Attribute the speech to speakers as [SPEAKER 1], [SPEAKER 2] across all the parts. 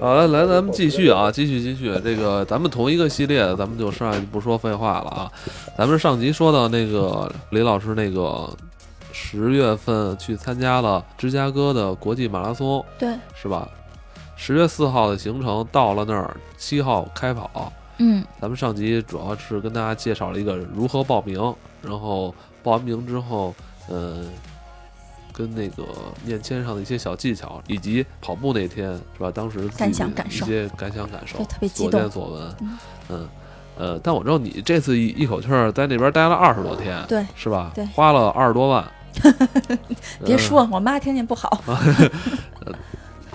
[SPEAKER 1] 好了，呃来，咱们继续啊，继续继续，这个咱们同一个系列，咱们就上来就不说废话了啊。咱们上集说到那个李老师那个十月份去参加了芝加哥的国际马拉松，
[SPEAKER 2] 对，
[SPEAKER 1] 是吧？十月四号的行程到了那儿，七号开跑。
[SPEAKER 2] 嗯，
[SPEAKER 1] 咱们上集主要是跟大家介绍了一个如何报名，然后报完名之后，嗯，跟那个面签上的一些小技巧，以及跑步那天是吧？当时自己
[SPEAKER 2] 感想感受
[SPEAKER 1] 一些感想感受
[SPEAKER 2] 对，特别激
[SPEAKER 1] 所
[SPEAKER 2] 动
[SPEAKER 1] 见所闻
[SPEAKER 2] 嗯，
[SPEAKER 1] 嗯，呃，但我知道你这次一一口气儿在那边待了二十多天，
[SPEAKER 2] 对，
[SPEAKER 1] 是吧？
[SPEAKER 2] 对，
[SPEAKER 1] 花了二十多万
[SPEAKER 2] 别
[SPEAKER 1] 嗯
[SPEAKER 2] 说，我妈听见不好。
[SPEAKER 3] 啊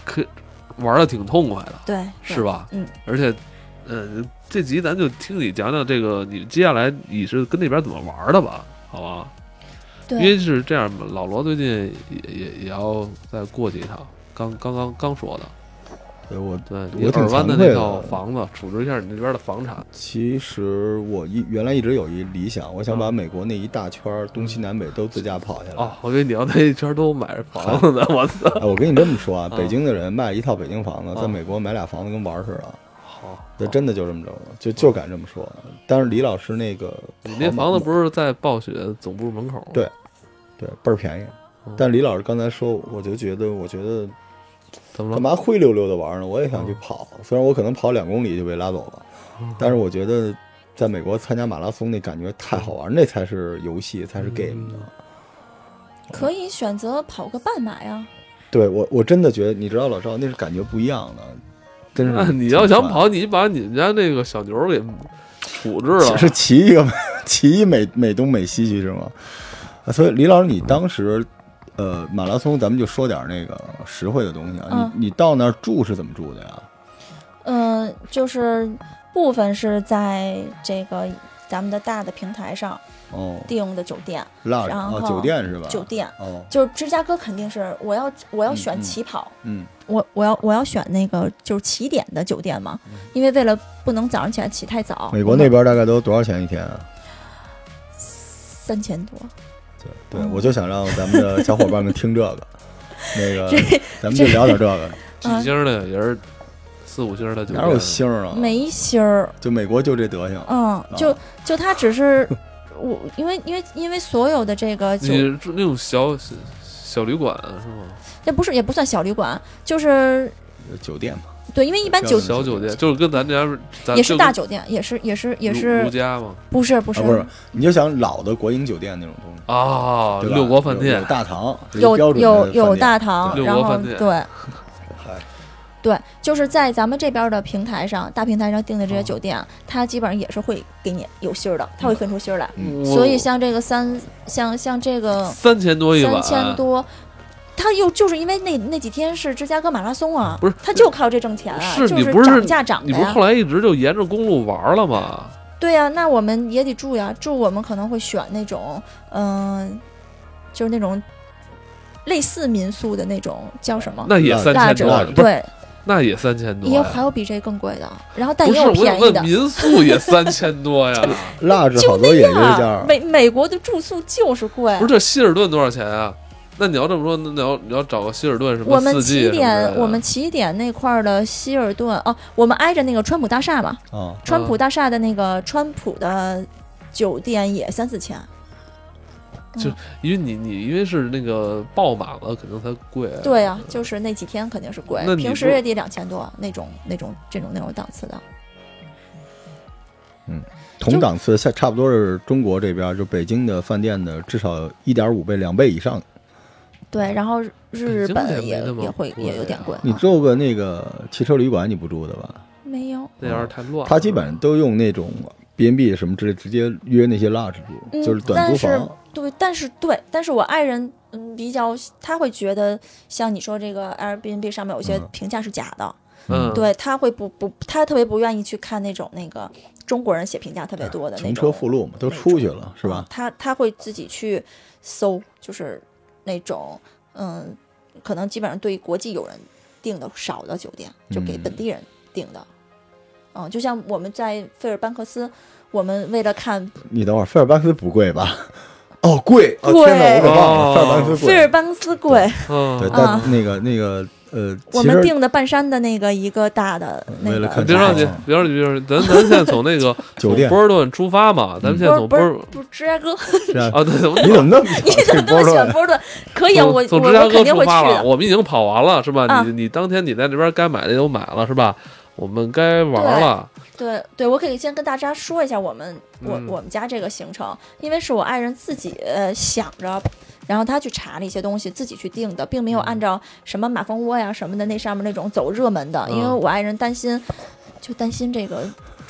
[SPEAKER 1] 可玩的挺痛快的，
[SPEAKER 2] 对，
[SPEAKER 1] 是？吧？
[SPEAKER 2] 嗯，
[SPEAKER 1] 而且，嗯、这集咱就听你讲讲这个，你接下来你是跟那边怎么玩的吧？好吧，因
[SPEAKER 2] 对，
[SPEAKER 1] 为是这样，老罗最近也也也要再过去一趟，刚刚刚刚说的，
[SPEAKER 3] 对我
[SPEAKER 1] 对
[SPEAKER 3] 我
[SPEAKER 1] 你
[SPEAKER 3] 挺
[SPEAKER 1] 耳湾的
[SPEAKER 3] 惭愧
[SPEAKER 1] 那
[SPEAKER 3] 的
[SPEAKER 1] 套房子，处置一下你那边的房产，
[SPEAKER 3] 其实我一原来一直有一理想，我想把美国那一大圈儿东西南北都自驾跑下来。
[SPEAKER 1] 嗯哦，我以为你要在一圈都买着房子呢， 我操！
[SPEAKER 3] 哎，我跟你这么说啊，
[SPEAKER 1] 啊
[SPEAKER 3] 北京的人卖一套北京房子，
[SPEAKER 1] 啊
[SPEAKER 3] 在美国买俩房子跟玩儿似的。
[SPEAKER 1] 好，
[SPEAKER 3] 这真的就这么着，就就敢这么说。但是李老师那个
[SPEAKER 1] 你那房子
[SPEAKER 3] 是
[SPEAKER 1] 不是在暴雪总部门口吗？
[SPEAKER 3] 对对倍儿便宜
[SPEAKER 1] 嗯，
[SPEAKER 3] 但李老师刚才说，我就觉得，我觉得
[SPEAKER 1] 怎么
[SPEAKER 3] 干
[SPEAKER 1] 了？
[SPEAKER 3] 嘛灰溜溜的玩呢？我也
[SPEAKER 1] 嗯
[SPEAKER 3] 想去跑，虽然我可能跑两公里就被拉走了，但是我觉得在美国参加马拉松那感觉太好玩，那才是游戏，才
[SPEAKER 1] 嗯
[SPEAKER 3] 是 game 呢。
[SPEAKER 2] 可以选择跑个半马呀。
[SPEAKER 3] 对我，我真的觉得，你知道老赵那是感觉不一样的，真是
[SPEAKER 1] 那、
[SPEAKER 3] 挺
[SPEAKER 1] 啊你要想
[SPEAKER 3] 帅
[SPEAKER 1] 跑，你把你们家那个小牛给处置了，
[SPEAKER 3] 是骑一 个骑一美美东美西去是吗？啊所以李老师，你当时呃马拉松，咱们就说点那个实惠的东西啊
[SPEAKER 2] 嗯。
[SPEAKER 3] 你你到那儿住是怎么住的呀？
[SPEAKER 2] 嗯、就是部分是在这个咱们的大的平台上
[SPEAKER 3] 哦，
[SPEAKER 2] 订的酒店，
[SPEAKER 3] 拉
[SPEAKER 2] 然后
[SPEAKER 3] 啊酒店是吧？
[SPEAKER 2] 酒店
[SPEAKER 3] 哦，
[SPEAKER 2] 就是芝加哥肯定是我要我要选
[SPEAKER 3] 嗯嗯
[SPEAKER 2] 起跑，
[SPEAKER 3] 嗯
[SPEAKER 2] 我我要我要选那个就是起点的酒店嘛，因为为了不能早上起来起太早。
[SPEAKER 3] 嗯美国那边大概都多少钱一天啊？
[SPEAKER 2] 三千多，
[SPEAKER 3] 对对，
[SPEAKER 2] 嗯
[SPEAKER 3] 我就想让咱们的小伙伴们听这个，那个咱们就聊点这个，
[SPEAKER 1] 几星的也是四五星的酒店，
[SPEAKER 3] 哪有星儿啊？
[SPEAKER 2] 没星儿，
[SPEAKER 3] 就美国就这德行。啊
[SPEAKER 2] 嗯，就就它只 是我，因为因为因为所有的这个酒
[SPEAKER 1] 你住那种小小小旅馆是吗？
[SPEAKER 2] 这不是也不算小旅馆，就是
[SPEAKER 3] 酒店嘛，
[SPEAKER 2] 对，因为一般
[SPEAKER 3] 标
[SPEAKER 2] 酒
[SPEAKER 3] 准
[SPEAKER 1] 小酒店就是跟咱家咱
[SPEAKER 2] 也是
[SPEAKER 1] 就
[SPEAKER 2] 大
[SPEAKER 1] 跟
[SPEAKER 2] 酒店，也是也是也
[SPEAKER 1] 如
[SPEAKER 2] 是
[SPEAKER 1] 如家嘛
[SPEAKER 2] 不是不
[SPEAKER 3] 啊
[SPEAKER 2] 是、
[SPEAKER 3] 不是，你就想老的国营酒店那种东西，
[SPEAKER 1] 啊，
[SPEAKER 3] 对吧
[SPEAKER 1] 六国饭
[SPEAKER 3] 有
[SPEAKER 1] 店
[SPEAKER 3] 有大堂，一
[SPEAKER 2] 有
[SPEAKER 3] 个标准的
[SPEAKER 2] 有
[SPEAKER 3] 饭
[SPEAKER 2] 有
[SPEAKER 3] 店
[SPEAKER 2] 大堂，
[SPEAKER 1] 六
[SPEAKER 2] 然
[SPEAKER 1] 国
[SPEAKER 2] 后
[SPEAKER 1] 饭店
[SPEAKER 2] 对
[SPEAKER 3] 嗨
[SPEAKER 2] 对，就是在咱们这边的平台上，大平台上订的这些
[SPEAKER 1] 哦
[SPEAKER 2] 酒店，啊它基本上也是会给你有星儿的，它会分出星儿来。
[SPEAKER 3] 嗯
[SPEAKER 2] 所
[SPEAKER 1] 哦
[SPEAKER 2] 以像这个三像像这个
[SPEAKER 1] 三千多一
[SPEAKER 2] 三
[SPEAKER 1] 晚，
[SPEAKER 2] 千多。它又就是因为那那几天是芝加哥马拉松啊，
[SPEAKER 1] 不是
[SPEAKER 2] 它就靠这挣钱啊，
[SPEAKER 1] 是
[SPEAKER 2] 就
[SPEAKER 1] 你不是
[SPEAKER 2] 涨价涨
[SPEAKER 1] 你
[SPEAKER 2] 的
[SPEAKER 1] 不是
[SPEAKER 2] 哎呀
[SPEAKER 1] 后。来一直就沿着公路玩了吗？
[SPEAKER 2] 对呀、那我们也得住呀，住我们可能会选那种，嗯、就是那种类似民宿的那种叫什么？
[SPEAKER 1] 那也三
[SPEAKER 2] 大
[SPEAKER 1] 千
[SPEAKER 2] 折
[SPEAKER 1] 多
[SPEAKER 3] 蜡
[SPEAKER 1] 呀，
[SPEAKER 3] 烛
[SPEAKER 1] 不是
[SPEAKER 2] 对，
[SPEAKER 1] 那也三千多
[SPEAKER 2] 也有
[SPEAKER 1] 呀。
[SPEAKER 2] 还有比这更贵的，然后但
[SPEAKER 1] 不
[SPEAKER 2] 也
[SPEAKER 1] 是，我
[SPEAKER 2] 有便
[SPEAKER 1] 想
[SPEAKER 2] 宜
[SPEAKER 1] 问
[SPEAKER 2] 的，
[SPEAKER 1] 民宿也三千 多呀？
[SPEAKER 3] 蜡质
[SPEAKER 2] 就
[SPEAKER 3] 好多
[SPEAKER 2] 那
[SPEAKER 3] 也就是这
[SPEAKER 2] 样
[SPEAKER 3] 样。。
[SPEAKER 2] 啊美美国的住宿就是贵
[SPEAKER 1] 不是，，这希尔顿多少钱啊？那你要这么说，那你要你要找个希尔顿什么
[SPEAKER 2] 我们
[SPEAKER 1] 四季
[SPEAKER 2] 起
[SPEAKER 1] 什么之类
[SPEAKER 2] 点
[SPEAKER 1] 的啊
[SPEAKER 2] 我们起点那块儿的希尔顿哦，我们挨着那个川普大厦嘛，
[SPEAKER 3] 啊，
[SPEAKER 1] 嗯
[SPEAKER 2] 川普大厦的那个川普的酒店也三四千，
[SPEAKER 1] 因为你你因为是那个爆满了，肯定才贵。啊
[SPEAKER 2] 对呀、就是那几天肯定是贵
[SPEAKER 1] 那，你
[SPEAKER 2] 平时
[SPEAKER 1] 不
[SPEAKER 2] 也得两千多那种那种这种那种档次的。
[SPEAKER 3] 同档次下差不多是中国这边就北京的饭店的至少一点五倍、两倍以上。
[SPEAKER 2] 对，然后日
[SPEAKER 1] 北京也没
[SPEAKER 2] 本也
[SPEAKER 1] 那么
[SPEAKER 2] 也会
[SPEAKER 1] 贵
[SPEAKER 2] 也有点贵啊，
[SPEAKER 3] 你住个那个汽车旅馆你不住的吧？
[SPEAKER 2] 没有？
[SPEAKER 1] 那要是太乱了，
[SPEAKER 3] 他基本上都用那种 B N B 什么之类，直接约那些蜡质住，
[SPEAKER 2] 嗯
[SPEAKER 3] 就是短
[SPEAKER 2] 但
[SPEAKER 3] 租
[SPEAKER 2] 是
[SPEAKER 3] 房。
[SPEAKER 2] 对，但是对，但是我爱人嗯比较，他会觉得像你说这个 Airbnb 上面有些
[SPEAKER 3] 嗯
[SPEAKER 2] 评价是假的，
[SPEAKER 1] 嗯，
[SPEAKER 2] 对他会不不，他特别不愿意去看那种那个中国人写评价特别多的那啊种
[SPEAKER 3] 穷哎车富路嘛，都出去了是
[SPEAKER 2] 嗯
[SPEAKER 3] 吧？
[SPEAKER 2] 他他会自己去搜，就是那种嗯，可能基本上对国际友人订的少的酒店，就给
[SPEAKER 3] 嗯
[SPEAKER 2] 本地人订的。嗯就像我们在费尔班克斯，我们为了看
[SPEAKER 3] 你等会儿，费尔班克斯不贵吧？ 哦，贵！哦
[SPEAKER 2] 贵
[SPEAKER 3] 天哪，我给忘了，
[SPEAKER 1] 哦
[SPEAKER 3] 费尔班克斯
[SPEAKER 2] 费尔
[SPEAKER 3] 贵。
[SPEAKER 2] 班克斯贵，
[SPEAKER 1] 嗯
[SPEAKER 3] 对，
[SPEAKER 2] 啊
[SPEAKER 3] 但那个那个呃，
[SPEAKER 2] 我
[SPEAKER 3] 其
[SPEAKER 2] 们
[SPEAKER 3] 实嗯
[SPEAKER 2] 定的半山的那个一个大的那
[SPEAKER 3] 为了
[SPEAKER 2] 个
[SPEAKER 3] 看
[SPEAKER 1] 别着急
[SPEAKER 3] 啊，
[SPEAKER 1] 别着急，别着急，咱咱现在从那个
[SPEAKER 3] 酒店
[SPEAKER 1] 从波士顿出发嘛，咱们现在从
[SPEAKER 2] 不
[SPEAKER 1] 波
[SPEAKER 2] 是
[SPEAKER 1] 尔
[SPEAKER 2] 不是芝加哥，
[SPEAKER 3] 是啊，
[SPEAKER 1] 啊，对，我们
[SPEAKER 3] 你怎么那么
[SPEAKER 2] 你怎么
[SPEAKER 3] 这
[SPEAKER 2] 那
[SPEAKER 3] 波
[SPEAKER 2] 么
[SPEAKER 3] 儿
[SPEAKER 2] 喜欢
[SPEAKER 3] 乱？
[SPEAKER 2] 波士顿？可以啊，
[SPEAKER 1] 从
[SPEAKER 2] 我
[SPEAKER 1] 从
[SPEAKER 2] 我
[SPEAKER 1] 芝加
[SPEAKER 2] 我
[SPEAKER 1] 哥
[SPEAKER 2] 肯定
[SPEAKER 1] 出
[SPEAKER 2] 会去
[SPEAKER 1] 发了，
[SPEAKER 2] 的。
[SPEAKER 1] 我们已经跑完了是吧？
[SPEAKER 2] 啊
[SPEAKER 1] 你你当天你在这边该买的都买了是吧？我们该玩了，
[SPEAKER 2] 对对，我可以先跟大家说一下我们我
[SPEAKER 1] 嗯
[SPEAKER 2] 我们家这个行程，因为是我爱人自己呃想着。然后他去查了一些东西，自己去定的，并
[SPEAKER 1] 嗯
[SPEAKER 2] 没有按照什么马蜂窝呀什么的那上面那种走热门的，因为
[SPEAKER 1] 嗯
[SPEAKER 2] 我爱人担心，就担心这个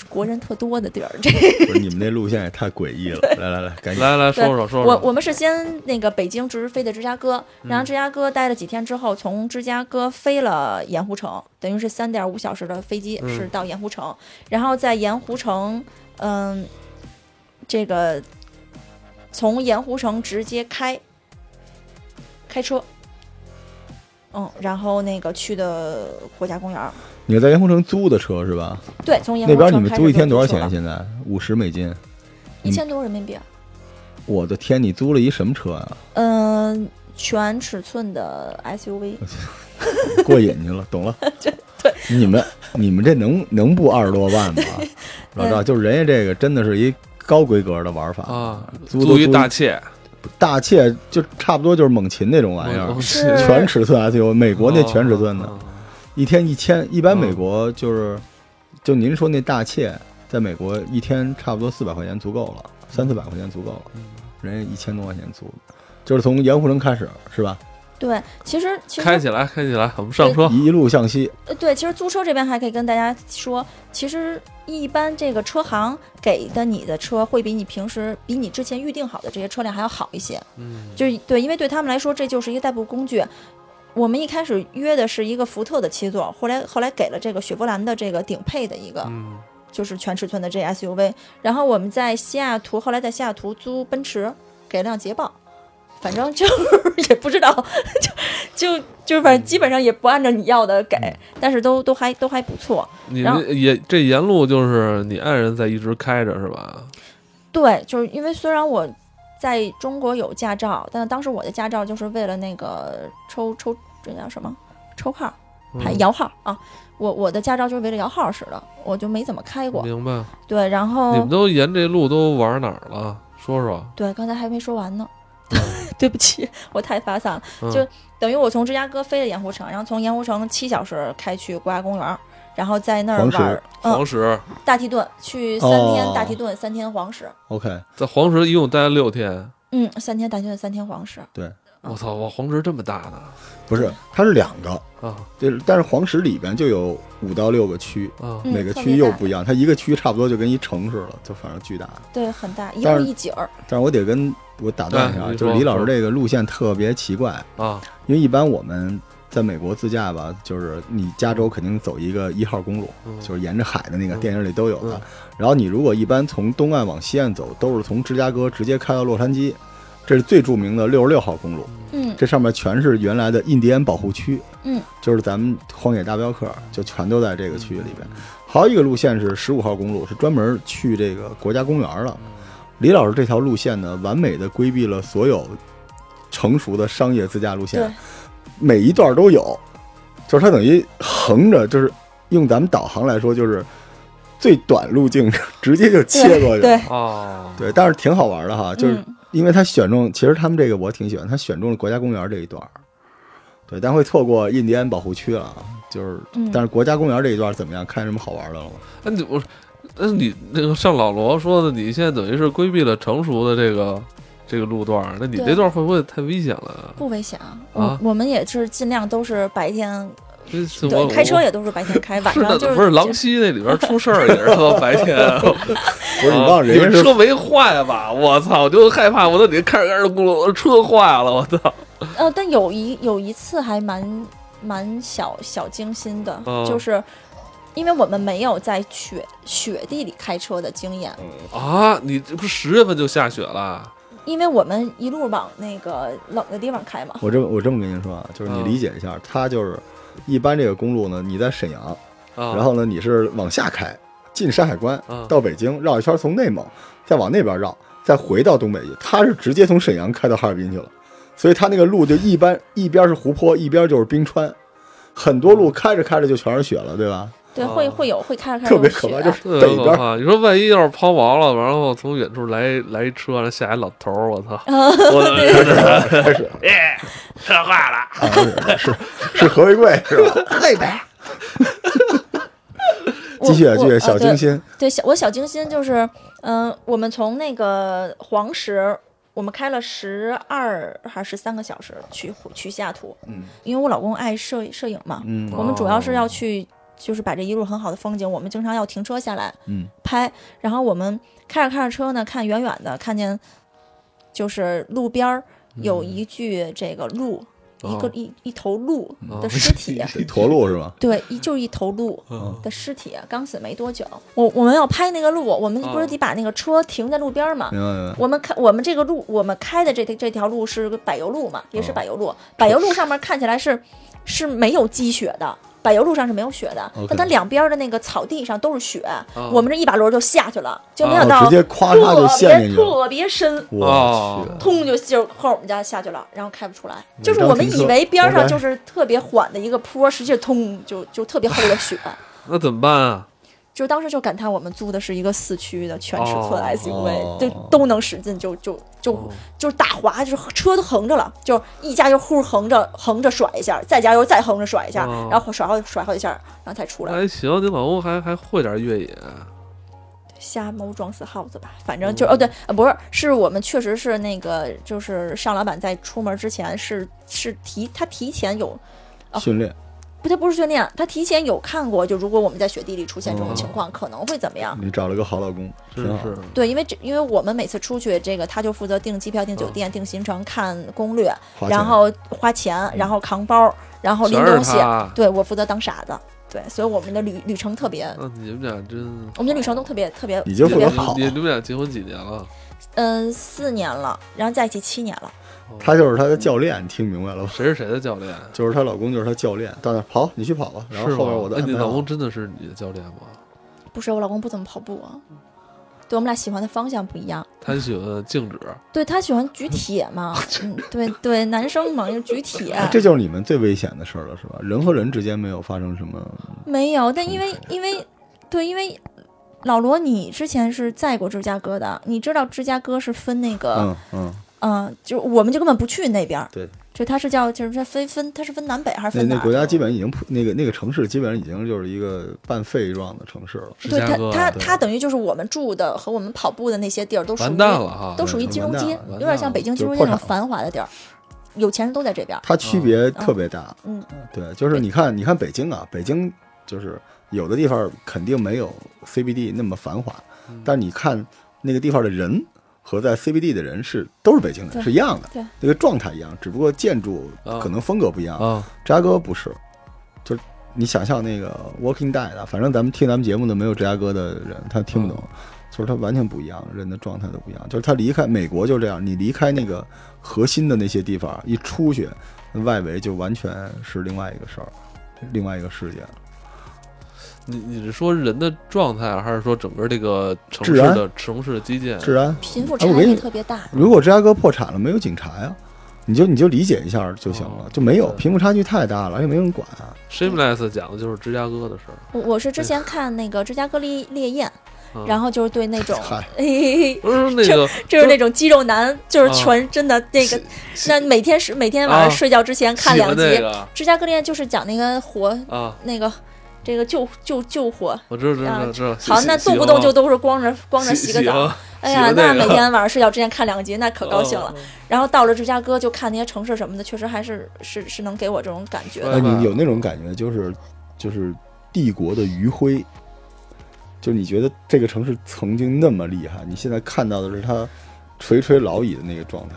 [SPEAKER 2] 国人特多的地儿，这
[SPEAKER 3] 不是你们那路线也太诡异了，来来来，赶紧
[SPEAKER 1] 来来说说说
[SPEAKER 2] 我
[SPEAKER 1] 说，
[SPEAKER 2] 我们是先那个北京直飞的芝加哥，
[SPEAKER 3] 嗯
[SPEAKER 2] 然后芝加哥待了几天之后，从芝加哥飞了盐湖城，等于是三点五小时的飞机
[SPEAKER 1] 嗯
[SPEAKER 2] 是到盐湖城，然后在盐湖城，嗯，这个从盐湖城直接开开车，嗯，然后那个去的国家公园儿，
[SPEAKER 3] 你们在盐湖城租的车是吧？
[SPEAKER 2] 对，从盐湖
[SPEAKER 3] 那边你
[SPEAKER 2] 城
[SPEAKER 3] 们
[SPEAKER 2] 开始
[SPEAKER 3] 租一天
[SPEAKER 2] 就
[SPEAKER 3] 多少
[SPEAKER 2] 去
[SPEAKER 3] 钱啊？
[SPEAKER 2] 了？
[SPEAKER 3] 现在五十美金。
[SPEAKER 2] 一千多人民币啊，
[SPEAKER 3] 我的天，你租了一什么车啊？
[SPEAKER 2] 嗯、全尺寸的 SUV。
[SPEAKER 3] 过瘾去了，懂 了。对，你们你们这能能不二十多万 吗？老赵，就是人家这个真的是一高规格的玩法
[SPEAKER 1] 啊，
[SPEAKER 3] 租都
[SPEAKER 1] 租一
[SPEAKER 3] 租
[SPEAKER 1] 大切，
[SPEAKER 3] 大切，就差不多就是猛禽那种玩意
[SPEAKER 1] 我
[SPEAKER 3] 儿
[SPEAKER 1] 我，
[SPEAKER 2] 是
[SPEAKER 3] 全尺寸 SUV，美国那
[SPEAKER 1] 哦
[SPEAKER 3] 全尺寸的，
[SPEAKER 1] 哦
[SPEAKER 3] 一天一千，一般
[SPEAKER 1] 嗯
[SPEAKER 3] 美国就是，就您说那大切，在美国一天差不多四百块钱足够了，三四百块钱足够了，人家一千多块钱租的，就是从盐湖城开始是吧？
[SPEAKER 2] 对，其实其
[SPEAKER 1] 哦开
[SPEAKER 2] 实嗯
[SPEAKER 1] 起来，开起来，我们上车，
[SPEAKER 3] 一一路向西，
[SPEAKER 2] 呃对，其实租车这边还可以跟大家说，其实一般这个车行给的你的车会比你平时比你之前预定好的这些车辆还要好一些，
[SPEAKER 1] 嗯，
[SPEAKER 2] 就是对，因为对他们来说这就是一个代步工具。我们一开始约的是一个福特的七座，后来后来给了这个雪佛兰的这个顶配的一个，
[SPEAKER 1] 嗯
[SPEAKER 2] 就是全尺寸的这 SUV。然后我们在西雅图，后来在西雅图租奔驰，给辆捷豹，反正就是 也不知道，就就就反正基本上也不按照你要的给，但是都都还都还不错。
[SPEAKER 1] 你
[SPEAKER 2] 然后
[SPEAKER 1] 也这沿路就是你爱人在一直开着是吧？
[SPEAKER 2] 对，就是因为虽然我在中国有驾照，但当时我的驾照就是为了那个抽抽这叫什么抽号。还
[SPEAKER 1] 嗯
[SPEAKER 2] 摇号啊！我我的驾照就是为了摇号使的，我就没怎么开过。
[SPEAKER 1] 明白？
[SPEAKER 2] 对，然后
[SPEAKER 1] 你们都沿这路都玩哪儿了？说说，
[SPEAKER 2] 对，刚才还没说完呢，
[SPEAKER 3] 嗯
[SPEAKER 2] 对不起，我太发散了。
[SPEAKER 1] 嗯
[SPEAKER 2] 就等于我从芝加哥飞了盐湖城，然后从盐湖城七小时开去国家公园，然后在那儿
[SPEAKER 3] 黄石哦
[SPEAKER 2] 玩儿，嗯，
[SPEAKER 1] 黄石，
[SPEAKER 2] 大提顿去三天大提顿，三天黄石，
[SPEAKER 3] OK，
[SPEAKER 1] 在黄石一共待了六天。
[SPEAKER 2] 嗯，三天大提顿，三天黄石，嗯
[SPEAKER 1] 我操！哇，黄石这么大呢？
[SPEAKER 3] 不是，它是两个，
[SPEAKER 1] 啊
[SPEAKER 3] 就是但是黄石里边就有五到六个区，
[SPEAKER 1] 啊！
[SPEAKER 2] 嗯
[SPEAKER 3] 每个
[SPEAKER 2] 特
[SPEAKER 3] 区
[SPEAKER 2] 别
[SPEAKER 3] 又
[SPEAKER 2] 大
[SPEAKER 3] 不一样，它一个区差不多就跟一城似的，就反正巨大。
[SPEAKER 2] 对，很大，一
[SPEAKER 3] 但
[SPEAKER 2] 步
[SPEAKER 3] 是
[SPEAKER 2] 一景儿，
[SPEAKER 3] 但是我得跟我打断一下
[SPEAKER 1] 哎
[SPEAKER 3] 啊，
[SPEAKER 1] 你
[SPEAKER 3] 就
[SPEAKER 1] 说
[SPEAKER 3] 是李老
[SPEAKER 1] 说
[SPEAKER 3] 师这个路线特别奇怪，
[SPEAKER 1] 啊，
[SPEAKER 3] 因为一般我们在美国自驾吧，就是你加州肯定走一个一号公路，
[SPEAKER 1] 嗯
[SPEAKER 3] 就是沿着海的那个
[SPEAKER 1] 嗯
[SPEAKER 3] 电影里都有的
[SPEAKER 1] 嗯。
[SPEAKER 3] 然后你如果一般从东岸往西岸走，都是从芝加哥直接开到洛杉矶，这是最著名的六十六号公路。
[SPEAKER 2] 嗯
[SPEAKER 3] 这上面全是原来的印第安保护区，
[SPEAKER 2] 嗯，
[SPEAKER 3] 就是咱们《荒野大镖客》就全都在这个区域里边。还有一个路线是十五号公路，是专门去这个国家公园的。李老师这条路线呢，完美的规避了所有成熟的商业自驾路线
[SPEAKER 2] 对，
[SPEAKER 3] 每一段都有，就是它等于横着，就是用咱们导航来说，就是最短路径直接就切过去。
[SPEAKER 2] 对，
[SPEAKER 1] 哦，
[SPEAKER 3] 对，但是挺好玩的哈，就是
[SPEAKER 2] 嗯
[SPEAKER 3] 因为他选中，其实他们这个我挺喜欢，他选中了国家公园这一段儿，对，但会错过印第安保护区了啊，就是，
[SPEAKER 2] 嗯
[SPEAKER 3] 但是国家公园这一段怎么样？看什么好玩的了吗？
[SPEAKER 1] 那你我，那你那个像老罗说的，你现在等于是规避了成熟的这个这个路段儿，那你
[SPEAKER 2] 对
[SPEAKER 1] 这段会不会太危险了？
[SPEAKER 2] 不危险啊，
[SPEAKER 1] 啊
[SPEAKER 2] 我我们也是尽量都是白天，
[SPEAKER 1] 这是
[SPEAKER 2] 对
[SPEAKER 1] 我，
[SPEAKER 2] 开车
[SPEAKER 1] 我
[SPEAKER 2] 也都是白天开，晚
[SPEAKER 1] 是的
[SPEAKER 2] 上，就是
[SPEAKER 1] 不是狼溪那里边出事儿也是 他妈白天啊，
[SPEAKER 3] 不是你忘了
[SPEAKER 1] 你
[SPEAKER 3] 人
[SPEAKER 1] 们
[SPEAKER 3] 家是
[SPEAKER 1] 车没坏吧？我操，我就害怕，我都得开着开着公路，我的车坏了，我操！
[SPEAKER 2] 呃，但有一有一次还蛮蛮小小惊心的，
[SPEAKER 1] 嗯
[SPEAKER 2] 就是因为我们没有在雪雪地里开车的经验，
[SPEAKER 1] 啊，你这不是十月份就下雪了？
[SPEAKER 2] 因为我们一路往那个冷的地方开嘛。
[SPEAKER 3] 我这么我这么跟您说啊，就是你
[SPEAKER 1] 嗯
[SPEAKER 3] 理解一下，他就是一般这个公路呢，你在沈阳，
[SPEAKER 1] 啊，
[SPEAKER 3] 然后呢你是往下开，进山海关
[SPEAKER 1] 嗯，
[SPEAKER 3] 到北京绕一圈，从内蒙再往那边绕，再回到东北去，他是直接从沈阳开到哈尔滨去了，所以他那个路就一般一边是湖泊，一边就是冰川。很多路开着开着就全是雪了，对吧？
[SPEAKER 2] 对，
[SPEAKER 1] 啊
[SPEAKER 2] 会会有会看着看着有
[SPEAKER 3] 特别可怕，
[SPEAKER 2] 雪
[SPEAKER 3] 就是
[SPEAKER 1] 特
[SPEAKER 3] 北
[SPEAKER 1] 别可
[SPEAKER 3] 边
[SPEAKER 1] 怕！你说万一要是抛锚了，然后从远处来来一车，然后下一老头儿，我操！我
[SPEAKER 3] 开始
[SPEAKER 1] 哎，车坏了！
[SPEAKER 3] 啊，是是是何为贵是吧？ 嘿呗，
[SPEAKER 2] 我
[SPEAKER 3] 继续啊
[SPEAKER 2] 我
[SPEAKER 3] 继续，
[SPEAKER 2] 呃
[SPEAKER 3] 小
[SPEAKER 2] 对
[SPEAKER 3] 清新，
[SPEAKER 2] 对，小我小清新就是，嗯、我们从那个黄石，我们开了十二还是三个小时去湖去西雅图，
[SPEAKER 3] 嗯
[SPEAKER 2] 因为我老公爱摄摄影嘛，
[SPEAKER 3] 嗯
[SPEAKER 2] 我们主要是
[SPEAKER 1] 哦
[SPEAKER 2] 要去就是把这一路很好的风景，我们经常要停车下来
[SPEAKER 3] 嗯
[SPEAKER 2] 拍，然后我们开着开着车呢，看远远的看见就是路边儿有一具这个鹿，一个
[SPEAKER 1] 嗯哦
[SPEAKER 2] 一一头鹿
[SPEAKER 1] 哦
[SPEAKER 2] 的尸体。
[SPEAKER 3] 一驼鹿是吧？
[SPEAKER 2] 对，一就是一头鹿，
[SPEAKER 1] 嗯
[SPEAKER 2] 的尸体刚死没多久，我我们要拍那个路，我们
[SPEAKER 1] 哦
[SPEAKER 2] 不是得把那个车停在路边儿吗？
[SPEAKER 3] 明白明白。
[SPEAKER 2] 我们开我们这个路，我们开的这这条路是个柏油路嘛，
[SPEAKER 3] 嗯
[SPEAKER 2] 也是柏油路。柏油路上面看起来是是没有积雪的，柏油路上是没有雪的
[SPEAKER 3] OK，
[SPEAKER 2] 但它两边的那个草地上都是雪
[SPEAKER 1] 哦。
[SPEAKER 2] 我们这一把轮就下去了，就没
[SPEAKER 1] 我
[SPEAKER 2] 想
[SPEAKER 3] 我
[SPEAKER 2] 到
[SPEAKER 3] 哦直接夸嚓就
[SPEAKER 2] 特
[SPEAKER 3] 陷
[SPEAKER 2] 别
[SPEAKER 3] 进去了，
[SPEAKER 2] 特别深，
[SPEAKER 3] 我
[SPEAKER 1] 哦
[SPEAKER 3] 去，
[SPEAKER 2] 通就就后我们家下去了，然后开不出来。就
[SPEAKER 3] 你
[SPEAKER 2] 是
[SPEAKER 3] 刚
[SPEAKER 2] 我们
[SPEAKER 3] 停
[SPEAKER 2] 以
[SPEAKER 3] 车
[SPEAKER 2] 为边儿上
[SPEAKER 3] ，OK
[SPEAKER 2] 就是特别缓的一个坡，实际通就就特别厚的雪。
[SPEAKER 1] 那怎么办啊？
[SPEAKER 2] 就当时就感叹我们租的是一个四驱的全尺寸
[SPEAKER 1] 哦
[SPEAKER 2] SUV，、
[SPEAKER 3] 哦
[SPEAKER 2] 就都能使劲就，就就
[SPEAKER 1] 哦
[SPEAKER 2] 就是打滑，就是车都横着了，就是一加油呼横着横着甩一下，再加油再横着甩一下，
[SPEAKER 1] 哦
[SPEAKER 2] 然后甩好甩好几下，然后才出来。
[SPEAKER 1] 还行，你老公还还会点越野，
[SPEAKER 2] 瞎猫撞死耗子吧，反正就、哦对、呃不是，是我们确实是那个，就是尚老板在出门之前是是提他提前有哦
[SPEAKER 3] 训练，
[SPEAKER 2] 不他不是训练，啊他提前有看过，就如果我们在雪地里出现这种
[SPEAKER 1] 哦
[SPEAKER 2] 情况，可能会怎么样？
[SPEAKER 3] 你找了个好老公，
[SPEAKER 1] 真
[SPEAKER 3] 挺好
[SPEAKER 1] 是。
[SPEAKER 2] 对，因为这因为我们每次出去，这个他就负责订机票、订酒店、订行程、看攻略，
[SPEAKER 3] 嗯花钱嗯
[SPEAKER 2] 然后花钱，然后扛包，然后拎
[SPEAKER 1] 全
[SPEAKER 2] 东
[SPEAKER 1] 是
[SPEAKER 2] 西。
[SPEAKER 1] 他。
[SPEAKER 2] 对我负责当傻子，对，所以我们的旅旅程特别，
[SPEAKER 1] 那你们俩真，
[SPEAKER 2] 我们的旅程都特别特别
[SPEAKER 3] 已经
[SPEAKER 2] 特
[SPEAKER 3] 不
[SPEAKER 2] 别
[SPEAKER 3] 能
[SPEAKER 2] 好。
[SPEAKER 1] 你你你们俩结婚几年了？
[SPEAKER 2] 嗯，四年了，然后在一起七年了。
[SPEAKER 1] 哦
[SPEAKER 3] 他就是他的教练，你听明白了吧？
[SPEAKER 1] 谁是谁的教练？
[SPEAKER 3] 就是她老公，就是她教练，到那儿跑，你去跑吧。然后
[SPEAKER 1] 是
[SPEAKER 3] 后
[SPEAKER 1] 吗
[SPEAKER 3] 边我的
[SPEAKER 1] 哎
[SPEAKER 3] 安
[SPEAKER 1] 你
[SPEAKER 3] 排
[SPEAKER 1] 老
[SPEAKER 3] 好
[SPEAKER 1] 公，真的是你的教练吗？
[SPEAKER 2] 不是我老公不怎么跑步啊，对我们俩喜欢的方向不一样。
[SPEAKER 1] 他喜欢静止，
[SPEAKER 2] 对他喜欢举铁 嘛，嗯，对对，男生嘛就举铁。
[SPEAKER 3] 这就是你们最危险的事儿了，是吧？人和人之间没有发生什么，
[SPEAKER 2] 没有，但因为
[SPEAKER 3] 冲突
[SPEAKER 2] 因为对，因为老罗，你之前是在过芝加哥的，你知道芝加哥是分那个，
[SPEAKER 3] 嗯嗯，
[SPEAKER 2] 嗯，就我们就根本不去那边儿。
[SPEAKER 3] 对，
[SPEAKER 2] 就它是叫就是它分分它是分南北还是
[SPEAKER 3] 那
[SPEAKER 2] 分哪
[SPEAKER 3] 那
[SPEAKER 2] 儿？
[SPEAKER 3] 国家基本已经普那个那个城市基本上已经就是一个半废状的城市了。
[SPEAKER 1] 芝
[SPEAKER 2] 对
[SPEAKER 1] 加
[SPEAKER 2] 它
[SPEAKER 1] 哥啊
[SPEAKER 2] 它
[SPEAKER 3] 对
[SPEAKER 2] 它等于就是我们住的和我们跑步的那些地儿都属于
[SPEAKER 1] 完蛋了哈！
[SPEAKER 2] 都属于
[SPEAKER 3] 对
[SPEAKER 2] 金融
[SPEAKER 3] 完蛋
[SPEAKER 2] 街
[SPEAKER 3] 了，
[SPEAKER 1] 完
[SPEAKER 2] 有点
[SPEAKER 1] 蛋
[SPEAKER 2] 像
[SPEAKER 1] 了
[SPEAKER 2] 北京
[SPEAKER 3] 就
[SPEAKER 2] 金融街
[SPEAKER 3] 是
[SPEAKER 2] 那
[SPEAKER 3] 破
[SPEAKER 2] 种
[SPEAKER 3] 产
[SPEAKER 2] 繁华的地儿，有钱人都在这边儿。
[SPEAKER 3] 它区别特别大，
[SPEAKER 2] 嗯，
[SPEAKER 3] 对，就是你看，你看北京啊，北京就是有的地方肯定没有 CBD 那么繁华，
[SPEAKER 1] 嗯
[SPEAKER 3] 但你看那个地方的人和在 CBD 的人是都是北京
[SPEAKER 2] 对
[SPEAKER 3] 人，是一样的，
[SPEAKER 2] 对，
[SPEAKER 3] 那个状态一样，只不过建筑
[SPEAKER 1] 啊
[SPEAKER 3] 可能风格不一样。
[SPEAKER 1] 啊，
[SPEAKER 3] 芝加哥不是，就是你想象那个《Walking Dead》啊，反正咱们听咱们节目的没有芝加哥的人，他听不懂，
[SPEAKER 1] 嗯
[SPEAKER 3] 就是他完全不一样，人的状态都不一样。就是他离开美国就这样，你离开那个核心的那些地方，一出去，外围就完全是另外一个事儿，另外一个世界。
[SPEAKER 1] 你你是说人的状态，还是说整个这个城市
[SPEAKER 3] 治安
[SPEAKER 1] 的城市的基建？
[SPEAKER 3] 治安，
[SPEAKER 2] 贫富
[SPEAKER 3] 哎
[SPEAKER 2] 差
[SPEAKER 3] 我跟
[SPEAKER 2] 距
[SPEAKER 3] 你
[SPEAKER 2] 特别大。
[SPEAKER 3] 如果芝加哥破产了，没有警察呀。你就你就理解一下就行了
[SPEAKER 1] 哦，
[SPEAKER 3] 就没有
[SPEAKER 1] 对
[SPEAKER 3] 贫富差距太大了，而且没人管、啊。
[SPEAKER 1] Shameless 讲的就是芝加哥的事儿，
[SPEAKER 2] 我我是之前看那个芝加哥烈烈焰，
[SPEAKER 1] 嗯
[SPEAKER 2] 然后就是对那 种
[SPEAKER 3] 嗨，
[SPEAKER 1] 不是那个
[SPEAKER 2] 就是那种肌肉男，就是
[SPEAKER 1] 啊
[SPEAKER 2] 全真的那个，那每天是每天晚
[SPEAKER 1] 啊
[SPEAKER 2] 上睡觉之前看
[SPEAKER 1] 喜
[SPEAKER 2] 两
[SPEAKER 1] 欢
[SPEAKER 2] 集
[SPEAKER 1] 那
[SPEAKER 2] 《
[SPEAKER 1] 个
[SPEAKER 2] 芝加哥恋》，就是讲那个火
[SPEAKER 1] 啊，
[SPEAKER 2] 那个这个救救救火。
[SPEAKER 1] 我知道知
[SPEAKER 2] 啊
[SPEAKER 1] 道知道知道。啊
[SPEAKER 2] 好，
[SPEAKER 1] 喜
[SPEAKER 2] 那动不动就都是光着光着洗个
[SPEAKER 1] 啊
[SPEAKER 2] 澡，，哎呀，
[SPEAKER 1] 喜欢那
[SPEAKER 2] 那
[SPEAKER 1] 个哦
[SPEAKER 2] 每天晚上睡觉之前看两集，那可
[SPEAKER 1] 可
[SPEAKER 2] 高兴了。。然后到了芝加哥，就看那些城市什么的，确实还是是是能给我这种感觉
[SPEAKER 1] 对
[SPEAKER 2] 的。
[SPEAKER 3] 那
[SPEAKER 1] 吧
[SPEAKER 3] 你有那种感觉，就是就是帝国的余晖，就你觉得这个城市曾经那么厉害，你现在看到的是它垂垂老矣的那个状态。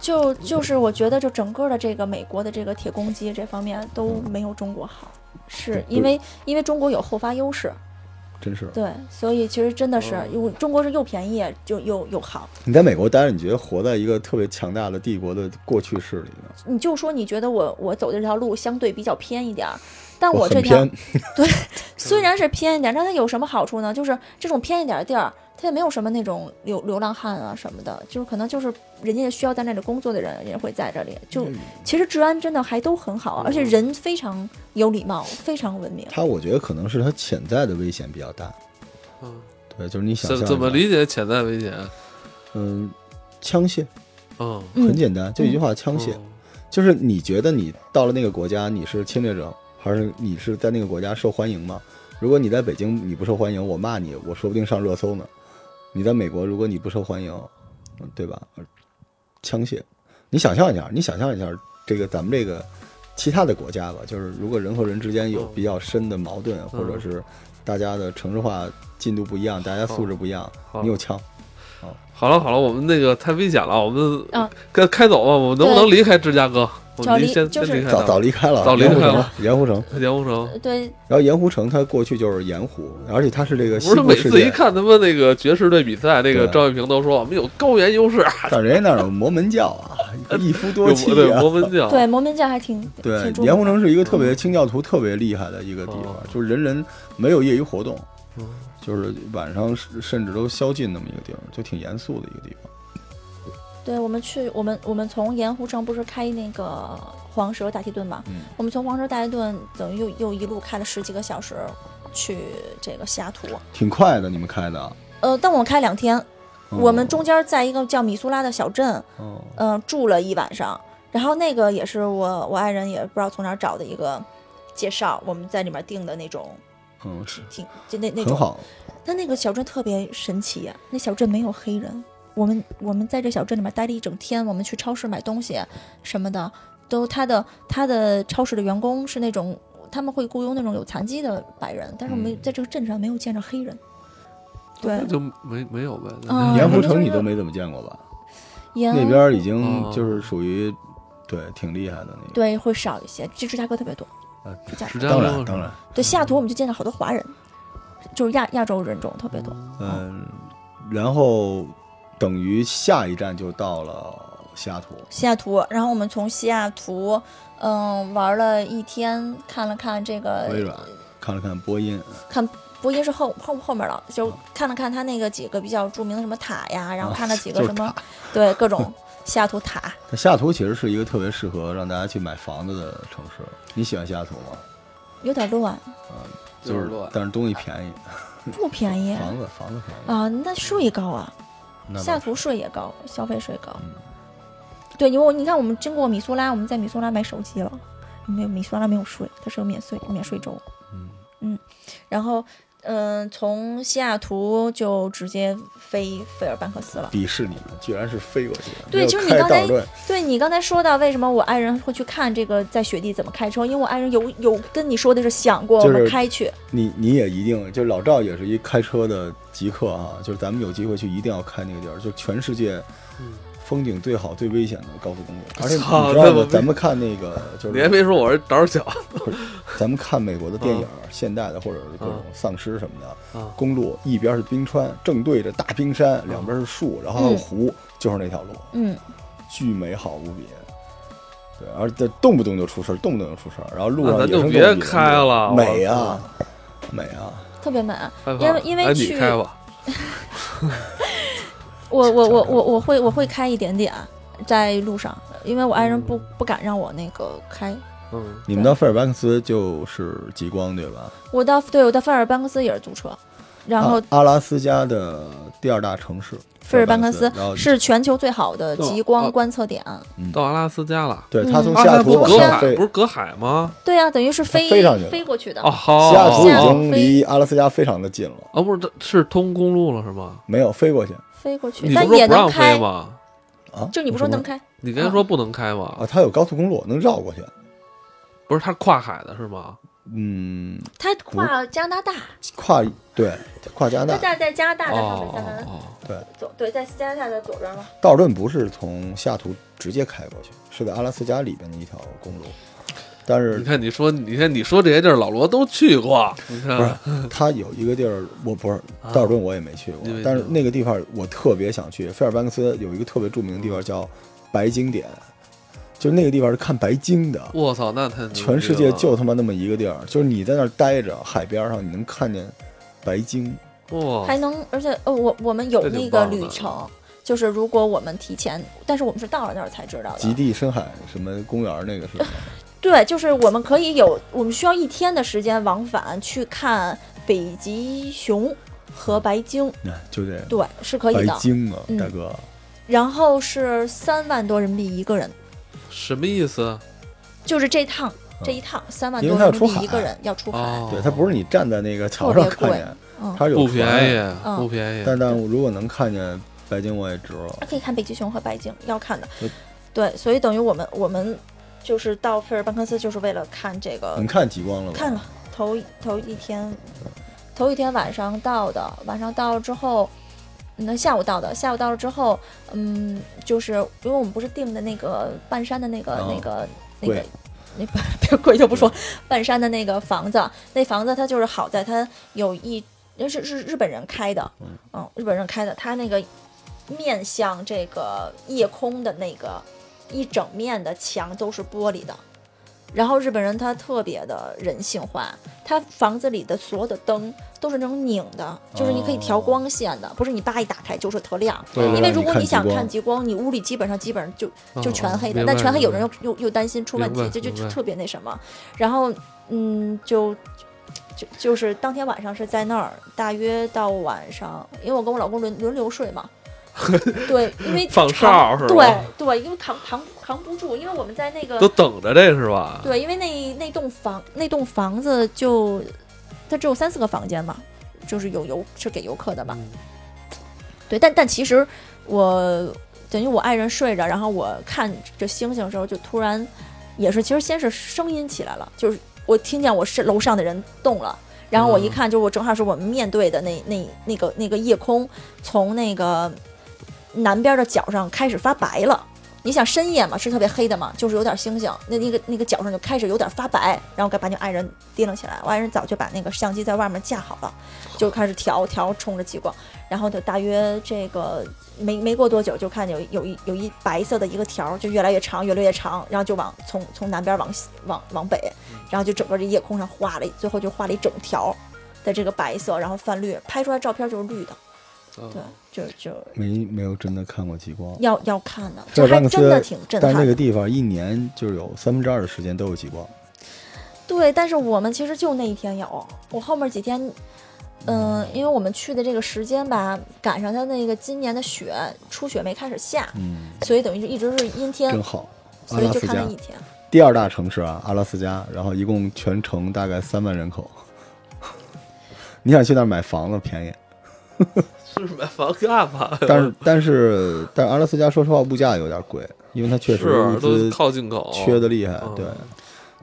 [SPEAKER 2] 就就是我觉得，就整个的这个美国的这个铁公鸡这方面都没有中国好，是因为因为中国有后发优势。
[SPEAKER 3] 真是，
[SPEAKER 2] 对，所以其实真的是
[SPEAKER 1] 嗯，
[SPEAKER 2] 因为中国是又便宜就又又好。
[SPEAKER 3] 你在美国待着，你觉得活在一个特别强大的帝国的过去式里面，
[SPEAKER 2] 你就说你觉得我我走的这条路相对比较偏一点儿，但
[SPEAKER 3] 我
[SPEAKER 2] 这
[SPEAKER 3] 很
[SPEAKER 2] 条
[SPEAKER 3] 偏，
[SPEAKER 2] 虽然是偏一点儿，但它有什么好处呢？就是这种偏一点儿的地儿，它也没有什么那种流流浪汉啊什么的，就是可能就是人家需要在那里工作的人也会在这里。就
[SPEAKER 3] 嗯
[SPEAKER 2] 其实治安真的还都很好啊，而且人非常有礼貌，非常文明。
[SPEAKER 3] 它我觉得可能是它潜在的危险比较大。
[SPEAKER 1] 嗯，
[SPEAKER 3] 对，就是你想象
[SPEAKER 1] 怎
[SPEAKER 3] 一下
[SPEAKER 1] 怎么理解潜在危险？
[SPEAKER 3] 嗯，枪械
[SPEAKER 1] 嗯，
[SPEAKER 3] 很
[SPEAKER 2] 嗯，
[SPEAKER 3] 简单，就一句话，枪械。
[SPEAKER 1] 嗯
[SPEAKER 3] 就是你觉得你到了那个国家你是侵略者，还是你是在那个国家受欢迎吗？如果你在北京你不受欢迎，我骂你，我说不定上热搜呢。你在美国，如果你不受欢迎，嗯对吧？枪械，你想象一下，你想象一下，这个咱们这个其他的国家吧，就是如果人和人之间有比较深的矛
[SPEAKER 1] 嗯
[SPEAKER 3] 盾，或者是大家的城市化进度不一样，大家素质不一样，
[SPEAKER 1] 好
[SPEAKER 3] 你有枪，
[SPEAKER 1] 好了好了，我们那个太危险了，我们
[SPEAKER 2] 啊
[SPEAKER 1] 该开走吧。我们能不能离开芝加哥？我
[SPEAKER 2] 早
[SPEAKER 1] 们离
[SPEAKER 2] 离
[SPEAKER 1] 先
[SPEAKER 2] 就
[SPEAKER 1] 先
[SPEAKER 2] 是
[SPEAKER 1] 离开
[SPEAKER 3] 早早
[SPEAKER 1] 它
[SPEAKER 3] 离开了，
[SPEAKER 1] 早离开了
[SPEAKER 3] 盐湖城，盐湖城。
[SPEAKER 1] 盐湖城。
[SPEAKER 2] 对，
[SPEAKER 3] 然后盐湖城它过去就是盐湖，而且它是这个西
[SPEAKER 1] 不是
[SPEAKER 3] 部
[SPEAKER 1] 每
[SPEAKER 3] 世
[SPEAKER 1] 次一
[SPEAKER 3] 界，
[SPEAKER 1] 看他们那个爵士队比赛，那个
[SPEAKER 3] 对
[SPEAKER 1] 张卫平都说我们有高原优势，
[SPEAKER 3] 但人家那儿有摩门教啊，一夫 多
[SPEAKER 1] 有
[SPEAKER 3] 妻
[SPEAKER 1] 对
[SPEAKER 3] 啊
[SPEAKER 1] 摩。门教，
[SPEAKER 2] 对，摩门教还挺
[SPEAKER 3] 对
[SPEAKER 2] 挺，注
[SPEAKER 3] 盐湖
[SPEAKER 2] 目的
[SPEAKER 3] 城是一个特别清教徒特别厉害的一个地
[SPEAKER 1] 哦
[SPEAKER 3] 方，就是人人没有业余活动
[SPEAKER 1] 嗯，
[SPEAKER 3] 就是晚上甚甚至都宵禁那么一个地方，就挺严肃的一个地方。
[SPEAKER 2] 对，我们去，我们我们从盐湖城不是开那个黄蛇大提顿嘛？
[SPEAKER 3] 嗯
[SPEAKER 2] 我们从黄蛇大提顿等于又又一路开了十几个小时去这个西雅图。
[SPEAKER 3] 挺快的，你们开的啊。
[SPEAKER 2] 呃，但我们开两天，
[SPEAKER 3] 哦
[SPEAKER 2] 我们中间在一个叫米苏拉的小镇，
[SPEAKER 3] 哦
[SPEAKER 2] 嗯、住了一晚上。然后那个也是我我爱人也不知道从哪儿找的一个介绍，我们在里面订的那种
[SPEAKER 3] 嗯是
[SPEAKER 2] 挺就那那
[SPEAKER 3] 很
[SPEAKER 2] 种
[SPEAKER 3] 好，
[SPEAKER 2] 但那个小镇特别神奇、那小镇没有黑人。我们我们在这小镇里面待了一整天，我们去超市买东西什么的，都他的他的超市的员工是那种他们会雇佣那种有残疾的白人，但是我们
[SPEAKER 3] 嗯
[SPEAKER 2] 在这个镇上没有见着黑人。对
[SPEAKER 1] 那，就没没有呗。
[SPEAKER 2] 嗯
[SPEAKER 3] 盐湖
[SPEAKER 2] 那
[SPEAKER 3] 城
[SPEAKER 2] 边
[SPEAKER 3] 你都没怎么见过吧？
[SPEAKER 2] 盐
[SPEAKER 3] 那边已
[SPEAKER 1] 哦
[SPEAKER 3] 经就是属于对挺厉害的那个。
[SPEAKER 2] 对会少一些，这芝加哥特别多。
[SPEAKER 3] 呃
[SPEAKER 2] 芝加
[SPEAKER 1] 芝
[SPEAKER 2] 哥
[SPEAKER 1] 加
[SPEAKER 3] 当
[SPEAKER 1] 哥
[SPEAKER 3] 然当然，
[SPEAKER 2] 对西雅图我们就见到好多华人，就是亚亚洲人种特别多。
[SPEAKER 3] 嗯，然后等于下一站就到了西雅图。
[SPEAKER 2] 西雅图，然后我们从西雅图，嗯，玩了一天，看了看这个
[SPEAKER 3] 微软看了看波音，
[SPEAKER 2] 看播音是后后后面了，就看了看他那个几个比较著名的什么塔呀，然后看了 几个
[SPEAKER 3] 啊就是
[SPEAKER 2] 什么，
[SPEAKER 3] 塔
[SPEAKER 2] 对各种西雅图塔，
[SPEAKER 3] 那西雅图其实是一个特别适合让大家去买房子的城市。你喜欢西雅图吗？
[SPEAKER 2] 有点乱，
[SPEAKER 1] 就
[SPEAKER 3] 就是是，但是东西便宜，
[SPEAKER 2] 不便宜
[SPEAKER 3] 嗯房子房子便宜。
[SPEAKER 2] 啊，那税高啊，
[SPEAKER 3] 那
[SPEAKER 2] 西
[SPEAKER 3] 倒
[SPEAKER 2] 雅
[SPEAKER 3] 是
[SPEAKER 2] 图税也高，消费税高
[SPEAKER 3] 嗯。
[SPEAKER 2] 对，因为我你看我们经过米苏拉，我们在米苏拉买手机了，没有米苏拉没有税，它是个免税免税州。
[SPEAKER 3] 嗯
[SPEAKER 2] 然后，嗯、从西雅图就直接飞费尔班克斯了。
[SPEAKER 3] 鄙视你们，居然是飞过去的。
[SPEAKER 2] 对
[SPEAKER 3] 没有
[SPEAKER 2] 就是你
[SPEAKER 3] 开
[SPEAKER 2] 刚才
[SPEAKER 3] 道顿
[SPEAKER 2] 对你刚才说到为什么我爱人会去看这个在雪地怎么开车，因为我爱人有有跟你说的是想过我
[SPEAKER 3] 就是
[SPEAKER 2] 们开去，
[SPEAKER 3] 你你也一定，就老赵也是一开车的极客啊，就是咱们有机会去，一定要开那个地儿，就全世界
[SPEAKER 1] 嗯
[SPEAKER 3] 风景最好、最危险的高速公路。而且你
[SPEAKER 1] 操
[SPEAKER 3] 知道
[SPEAKER 1] 那我
[SPEAKER 3] 吗
[SPEAKER 1] 没？
[SPEAKER 3] 咱们看那个就是
[SPEAKER 1] 你还没说我是胆小
[SPEAKER 3] 咱们看美国的电影，现代的或者是各种丧尸什么的，
[SPEAKER 1] 啊，
[SPEAKER 3] 公路一边是冰川，正对着大冰山，两边是树，然后
[SPEAKER 1] 嗯
[SPEAKER 3] 还有湖，就是那条路，
[SPEAKER 2] 嗯，
[SPEAKER 3] 巨美好无比。对，而且动不动就出事儿，动不动就出事儿，然后路
[SPEAKER 1] 那
[SPEAKER 3] 上
[SPEAKER 1] 啊咱
[SPEAKER 3] 也
[SPEAKER 1] 就是别开了我
[SPEAKER 3] 美啊，美啊！
[SPEAKER 2] 特别美。
[SPEAKER 1] 害怕
[SPEAKER 2] 因为因为
[SPEAKER 1] 哎
[SPEAKER 2] 去
[SPEAKER 1] 你开吧，
[SPEAKER 2] 我我我我我会我会开一点点在路上，因为我爱人不
[SPEAKER 3] 嗯
[SPEAKER 2] 不敢让我那个开。
[SPEAKER 1] 嗯，
[SPEAKER 3] 你们到费尔班克斯就是极光对吧？
[SPEAKER 2] 我到对我到费尔班克斯也是租车，然后
[SPEAKER 3] 啊阿拉斯加的第二大城市
[SPEAKER 2] 费尔班克
[SPEAKER 3] 费
[SPEAKER 2] 斯
[SPEAKER 3] 尔然后
[SPEAKER 2] 是全球最好的
[SPEAKER 1] 对
[SPEAKER 2] 极
[SPEAKER 1] 啊
[SPEAKER 2] 光观测点。
[SPEAKER 1] 到阿拉斯加了。
[SPEAKER 3] 对
[SPEAKER 2] 嗯
[SPEAKER 3] 他从
[SPEAKER 1] 阿
[SPEAKER 3] 西
[SPEAKER 1] 拉
[SPEAKER 3] 雅
[SPEAKER 1] 斯加
[SPEAKER 3] 图
[SPEAKER 1] 哦不是
[SPEAKER 3] 往
[SPEAKER 1] 隔
[SPEAKER 3] 上
[SPEAKER 1] 海，
[SPEAKER 3] 飞，
[SPEAKER 1] 不是隔海吗？
[SPEAKER 2] 对啊，等于是飞
[SPEAKER 3] 飞上去了
[SPEAKER 2] 飞过去的。
[SPEAKER 1] 哦，好，
[SPEAKER 3] 西雅图已
[SPEAKER 2] 哦
[SPEAKER 3] 经离阿拉斯加非常的近了，
[SPEAKER 1] 哦，不是，它是通公路了是吗？
[SPEAKER 3] 没有飞过去
[SPEAKER 2] 飞过去
[SPEAKER 1] 你，
[SPEAKER 2] 但
[SPEAKER 1] 不
[SPEAKER 2] 也
[SPEAKER 1] 是不
[SPEAKER 2] 能
[SPEAKER 1] 让飞
[SPEAKER 2] 开，嗯
[SPEAKER 1] 吗？
[SPEAKER 3] 啊。
[SPEAKER 2] 就你不说
[SPEAKER 3] 为什
[SPEAKER 2] 能
[SPEAKER 3] 么
[SPEAKER 2] 开，
[SPEAKER 1] 你刚才说不能开吗
[SPEAKER 3] 啊？？它有高速公路能绕过去，
[SPEAKER 1] 不是，它是跨海的是吗？
[SPEAKER 3] 嗯，
[SPEAKER 2] 他跨加拿大，
[SPEAKER 3] 跨对跨加
[SPEAKER 2] 他
[SPEAKER 3] 拿大，
[SPEAKER 2] 在在加拿大在上
[SPEAKER 1] 哦
[SPEAKER 2] 面，在南
[SPEAKER 1] 哦哦，
[SPEAKER 2] 左对，在加拿大的左边嘛。
[SPEAKER 3] 道尔顿不是从西雅图直接开过去，是在阿拉斯加里边的一条公路，但
[SPEAKER 1] 哦你
[SPEAKER 3] 是
[SPEAKER 1] 看，你说，你看，你说这些地儿，老罗都去过。你
[SPEAKER 3] 不
[SPEAKER 1] 看，
[SPEAKER 3] 是它有一个地儿，我不是
[SPEAKER 1] 啊
[SPEAKER 3] 道尔顿我也没去过
[SPEAKER 1] 你没去，
[SPEAKER 3] 但是那个地方我特别想去。费尔班克斯有一个特别著名的地方叫白鲸点，就是那个地方是看白鲸的，
[SPEAKER 1] 我操，那太牛逼了
[SPEAKER 3] 全世界就他妈那么一个地儿，就是你在那儿待着，海边上你能看见白鲸，
[SPEAKER 1] 哇，
[SPEAKER 2] 还能，而且呃，我我们有
[SPEAKER 1] 这挺
[SPEAKER 2] 那个
[SPEAKER 1] 棒的
[SPEAKER 2] 旅程，就是如果我们提前，但是我们是到了那儿才知道
[SPEAKER 3] 极
[SPEAKER 2] 的。
[SPEAKER 1] 啊
[SPEAKER 3] 地深海什么公园那个是吧？
[SPEAKER 2] 对，就是我们可以有，我们需要一天的时间往返去看北极熊和白鲸，
[SPEAKER 1] 嗯
[SPEAKER 3] 哎 就这
[SPEAKER 2] 对，是可以
[SPEAKER 3] 白
[SPEAKER 2] 的。
[SPEAKER 3] 鲸啊，
[SPEAKER 2] 嗯
[SPEAKER 3] 大哥，
[SPEAKER 2] 然后是三万多人民币一个人，
[SPEAKER 1] 什么意思？
[SPEAKER 2] 就是这趟这一趟三万
[SPEAKER 3] 嗯因
[SPEAKER 2] 多
[SPEAKER 3] 为它要
[SPEAKER 2] 人民
[SPEAKER 3] 出
[SPEAKER 2] 币
[SPEAKER 3] 海
[SPEAKER 2] 一个人要出海，
[SPEAKER 1] 哦，
[SPEAKER 3] 对，它不是你站在那个桥上看见，
[SPEAKER 2] 嗯，
[SPEAKER 3] 它是有
[SPEAKER 1] 不
[SPEAKER 3] 船
[SPEAKER 1] 便宜，
[SPEAKER 2] 嗯
[SPEAKER 1] 不便宜。
[SPEAKER 3] 但但我如果能看见白鲸，我也值了。
[SPEAKER 2] 还可以看北极熊和白鲸，要看的
[SPEAKER 3] 对。
[SPEAKER 2] 对，所以等于我们我们就是到费尔班克斯就是为了看这个
[SPEAKER 3] 你看极光了吗？
[SPEAKER 2] 看了，头一头一天，头一天晚上到的，晚上到了之后，那下午到的，下午到了之后，嗯，就是因为我们不是订的那个半山的那个、
[SPEAKER 3] 哦
[SPEAKER 2] 那个那
[SPEAKER 3] 贵
[SPEAKER 2] 个。那 个别贵就不说， 半山的那个房子，那房子它就是好在它有一，那是是日本人开的，
[SPEAKER 3] 嗯
[SPEAKER 2] 嗯，日本人开的，它那个面向这个夜空的那个一整面的墙都是玻璃的，然后日本人他特别的人性化，他房子里的所有的灯都是那种拧的，就是你可以调光线的，不是你叭一打开就是特亮。
[SPEAKER 3] 为了
[SPEAKER 2] 因为
[SPEAKER 3] 哦让
[SPEAKER 2] 如果
[SPEAKER 3] 看
[SPEAKER 2] 你想
[SPEAKER 3] 光
[SPEAKER 2] 看极光，你屋里基本上基本上就
[SPEAKER 1] 嗯
[SPEAKER 2] 就全黑的
[SPEAKER 1] 明，白
[SPEAKER 2] 但全黑有
[SPEAKER 1] 明
[SPEAKER 2] 人
[SPEAKER 1] 白
[SPEAKER 2] 又又又担心出问
[SPEAKER 1] 明白
[SPEAKER 2] 题，这就
[SPEAKER 1] 明白
[SPEAKER 2] 就特别那什么。然后嗯，就就就是当天晚上是在那儿，大约到晚上，因为我跟我老公轮轮流 睡嘛。对，因为
[SPEAKER 1] 放哨
[SPEAKER 2] 扛
[SPEAKER 1] 是吧
[SPEAKER 2] 对对，因为扛扛扛不住，因为我们在那个
[SPEAKER 1] 都等着这是吧？
[SPEAKER 2] 对，因为那那栋房那栋房子就它只有三四个房间嘛，就是有游是给游客的嘛。
[SPEAKER 1] 嗯
[SPEAKER 2] 对，但但其实我等于我爱人睡着，然后我看这星星的时候，就突然也是其实先是声音起来了，就是我听见我是楼上的人动了。然后我一
[SPEAKER 1] 嗯
[SPEAKER 2] 看，就是我正好是我们面对的那那那个那个夜空，从那个南边的角上开始发白了。你想深夜嘛，是特别黑的嘛，就是有点星星，那那个那个角上就开始有点发白，然后该把那个爱人提了起来。我爱人早就把那个相机在外面架好了，就开始调调，冲着极光。然后就大约这个没没过多久，就看有有一有一白色的一个条儿，就越来越长，越来越长，然后就往从从南边往西往往北，然后就整个这夜空上画了一，最后就画了一整条的这个白色，然后泛绿，拍出来照片就是绿的，
[SPEAKER 1] 嗯
[SPEAKER 2] 对，就就
[SPEAKER 3] 没没有真的看过极光，
[SPEAKER 2] 要要看的，
[SPEAKER 3] 费
[SPEAKER 2] 就
[SPEAKER 3] 尔
[SPEAKER 2] 还
[SPEAKER 3] 班克斯
[SPEAKER 2] 真的挺震
[SPEAKER 3] 但
[SPEAKER 2] 撼的
[SPEAKER 3] 是那。个地方一年就是有三分之二的时间都有极光。
[SPEAKER 2] 对，但是我们其实就那一天有，我后面几天，嗯、因为我们去的这个时间吧，赶上它那个今年的雪初雪没开始下，
[SPEAKER 3] 嗯，
[SPEAKER 2] 所以等于就一直是阴天
[SPEAKER 3] 真，好。阿
[SPEAKER 2] 嗯所以
[SPEAKER 3] 拉
[SPEAKER 2] 就
[SPEAKER 3] 斯
[SPEAKER 2] 看
[SPEAKER 3] 啊加
[SPEAKER 2] 了一天。
[SPEAKER 3] 第二大城市啊，阿拉斯加，然后一共全城大概三万人口。 你想去那儿买房子便宜，
[SPEAKER 1] 是买 房干嘛？
[SPEAKER 3] 但是但是但是阿拉斯加说实话物价有点贵，因为它确实物
[SPEAKER 1] 是都
[SPEAKER 3] 资
[SPEAKER 1] 靠进口，
[SPEAKER 3] 缺的厉害
[SPEAKER 1] 嗯。
[SPEAKER 3] 对，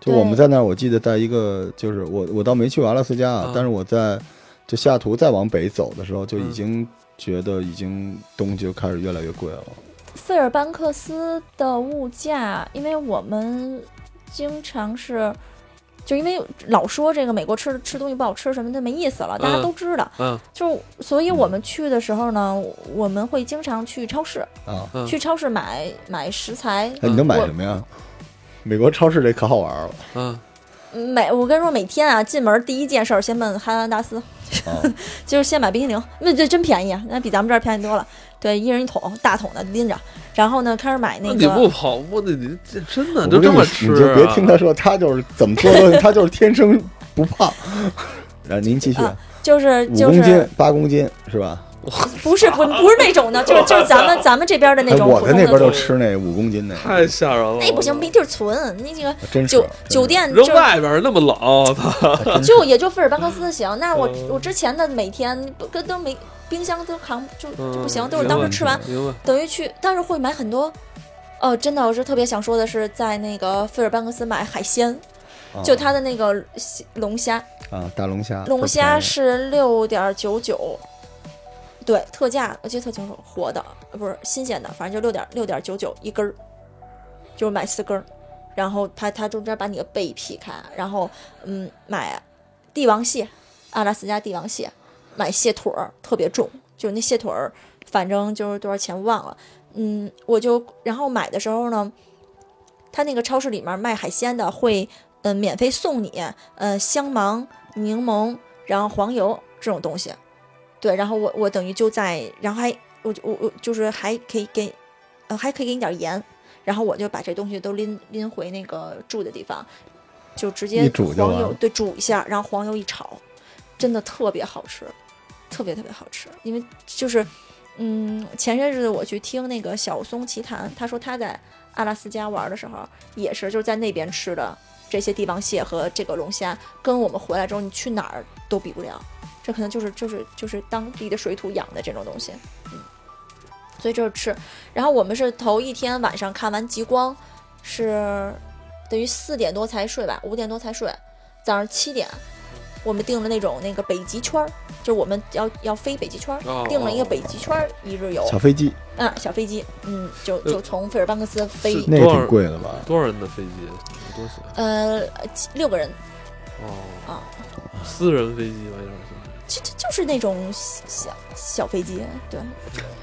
[SPEAKER 3] 就我们在那儿，我记得在一个就是我我倒没去过阿拉斯加啊
[SPEAKER 1] 嗯，
[SPEAKER 3] 但是我在就西雅图再往北走的时候，就已
[SPEAKER 1] 嗯
[SPEAKER 3] 经觉得已经东西就开始越来越贵了。
[SPEAKER 2] 费尔班克斯的物价，因为我们经常是，就因为老说这个美国吃吃东西不好吃什么的没意思了，大家
[SPEAKER 1] 嗯
[SPEAKER 2] 都知道。
[SPEAKER 1] 嗯
[SPEAKER 2] 就所以我们去的时候呢，我们会经常去超市，
[SPEAKER 3] 啊，
[SPEAKER 1] 嗯
[SPEAKER 2] 去超市买买食材。
[SPEAKER 3] 哎，你都买什么呀？美国超市这可好玩了
[SPEAKER 1] 嗯，
[SPEAKER 2] 每我跟你说，每天啊进门第一件事儿先问哈兰达斯，
[SPEAKER 3] 啊！
[SPEAKER 2] 就是先买冰淇淋，那这真便宜，啊，那比咱们这儿便宜多了。对，一人一桶，大桶的拎着，然后呢开始买
[SPEAKER 1] 那
[SPEAKER 2] 那
[SPEAKER 1] 你
[SPEAKER 2] 个
[SPEAKER 1] 不跑步， 那你这真的
[SPEAKER 3] 我
[SPEAKER 1] 就
[SPEAKER 3] 不跟
[SPEAKER 1] 这
[SPEAKER 3] 你
[SPEAKER 1] 么
[SPEAKER 3] 你
[SPEAKER 1] 吃
[SPEAKER 3] 就
[SPEAKER 1] 啊？
[SPEAKER 3] 别听他说，他就是怎么做都，他就是天生不 胖。然后您继续，
[SPEAKER 2] 啊就是
[SPEAKER 3] 五
[SPEAKER 2] 就
[SPEAKER 3] 公
[SPEAKER 2] 是
[SPEAKER 3] 斤、八公斤是吧？
[SPEAKER 2] 不是不不是那种的，就是就是咱 们咱们这边的那
[SPEAKER 3] 哎，
[SPEAKER 2] 种
[SPEAKER 3] 我
[SPEAKER 2] 普
[SPEAKER 3] 在
[SPEAKER 2] 通
[SPEAKER 3] 那
[SPEAKER 2] 的
[SPEAKER 3] 边
[SPEAKER 2] 东
[SPEAKER 3] 就
[SPEAKER 2] 西。
[SPEAKER 3] 吃那五公斤的，
[SPEAKER 1] 太吓人了！
[SPEAKER 2] 哎，不行，没地儿存。那这个
[SPEAKER 3] 真是
[SPEAKER 2] 酒
[SPEAKER 3] 真
[SPEAKER 2] 酒
[SPEAKER 3] 是
[SPEAKER 2] 店就
[SPEAKER 1] 扔
[SPEAKER 2] 是
[SPEAKER 1] 外边儿那么冷，我操！
[SPEAKER 2] 就也就费尔班克斯行。那我
[SPEAKER 1] 嗯
[SPEAKER 2] 我之前的每天都跟都没冰箱都扛就就 不行，
[SPEAKER 1] 嗯
[SPEAKER 2] 都是当时吃完，
[SPEAKER 1] 明白？
[SPEAKER 2] 等于去，但是会买很多。哦，真的，我是特别想说的是，在那个费尔班克斯买海鲜，
[SPEAKER 3] 啊
[SPEAKER 2] 就它的那个龙虾，
[SPEAKER 3] 啊，大龙虾，
[SPEAKER 2] 龙
[SPEAKER 3] 倍
[SPEAKER 2] 虾
[SPEAKER 3] 儿
[SPEAKER 2] 是六点九九，对，特价，我记得特清楚，活的呃不是新鲜的，反正就六点六点九九一根儿，就是买四根儿，然后它它中间把你的背劈开，然后嗯买帝王蟹，阿拉斯加帝王蟹，买蟹腿儿特别重，就是那蟹腿儿，反正就是多少钱忘了，嗯，我就然后买的时候呢，它那个超市里面卖海鲜的会嗯免嗯费送你呃香芒、柠檬，然后黄油这种东西。对，然后我我等于就在，然后还我就我我就是还可以给，呃，还可以给你点儿盐，然后我就把这东西都拎拎回那个住的地方，就直接
[SPEAKER 3] 一煮就
[SPEAKER 2] 黄
[SPEAKER 3] 完
[SPEAKER 2] 油
[SPEAKER 3] 了
[SPEAKER 2] 对煮一下，然后黄油一炒，真的特别好吃，特别特别好吃，因为就是。嗯，前些日子我去听那个小松奇谈，他说他在阿拉斯加玩的时候，也是就是在那边吃的这些帝王蟹和这个龙虾，跟我们回来之后你去哪儿都比不了。这可能就是就是就是当地的水土养的这种东西，嗯，所以就是吃。然后我们是头一天晚上看完极光，是等于四点多才睡吧，五点多才睡，早上七点。我们订了那种那个北极圈儿，就是我们要要飞北极圈儿，
[SPEAKER 1] 哦
[SPEAKER 2] 订了一个北极圈儿一日游，
[SPEAKER 3] 小飞机
[SPEAKER 2] 啊，小飞机，嗯，就就从菲尔班克斯飞，
[SPEAKER 1] 是
[SPEAKER 3] 那也
[SPEAKER 1] 多少
[SPEAKER 3] 挺贵的吧？
[SPEAKER 1] 多少人的飞机？多少？
[SPEAKER 2] 呃，几六个人，
[SPEAKER 1] 哦，
[SPEAKER 2] 啊
[SPEAKER 1] 私人飞机吧，有点像。
[SPEAKER 2] 就就就是那种小小飞机，对，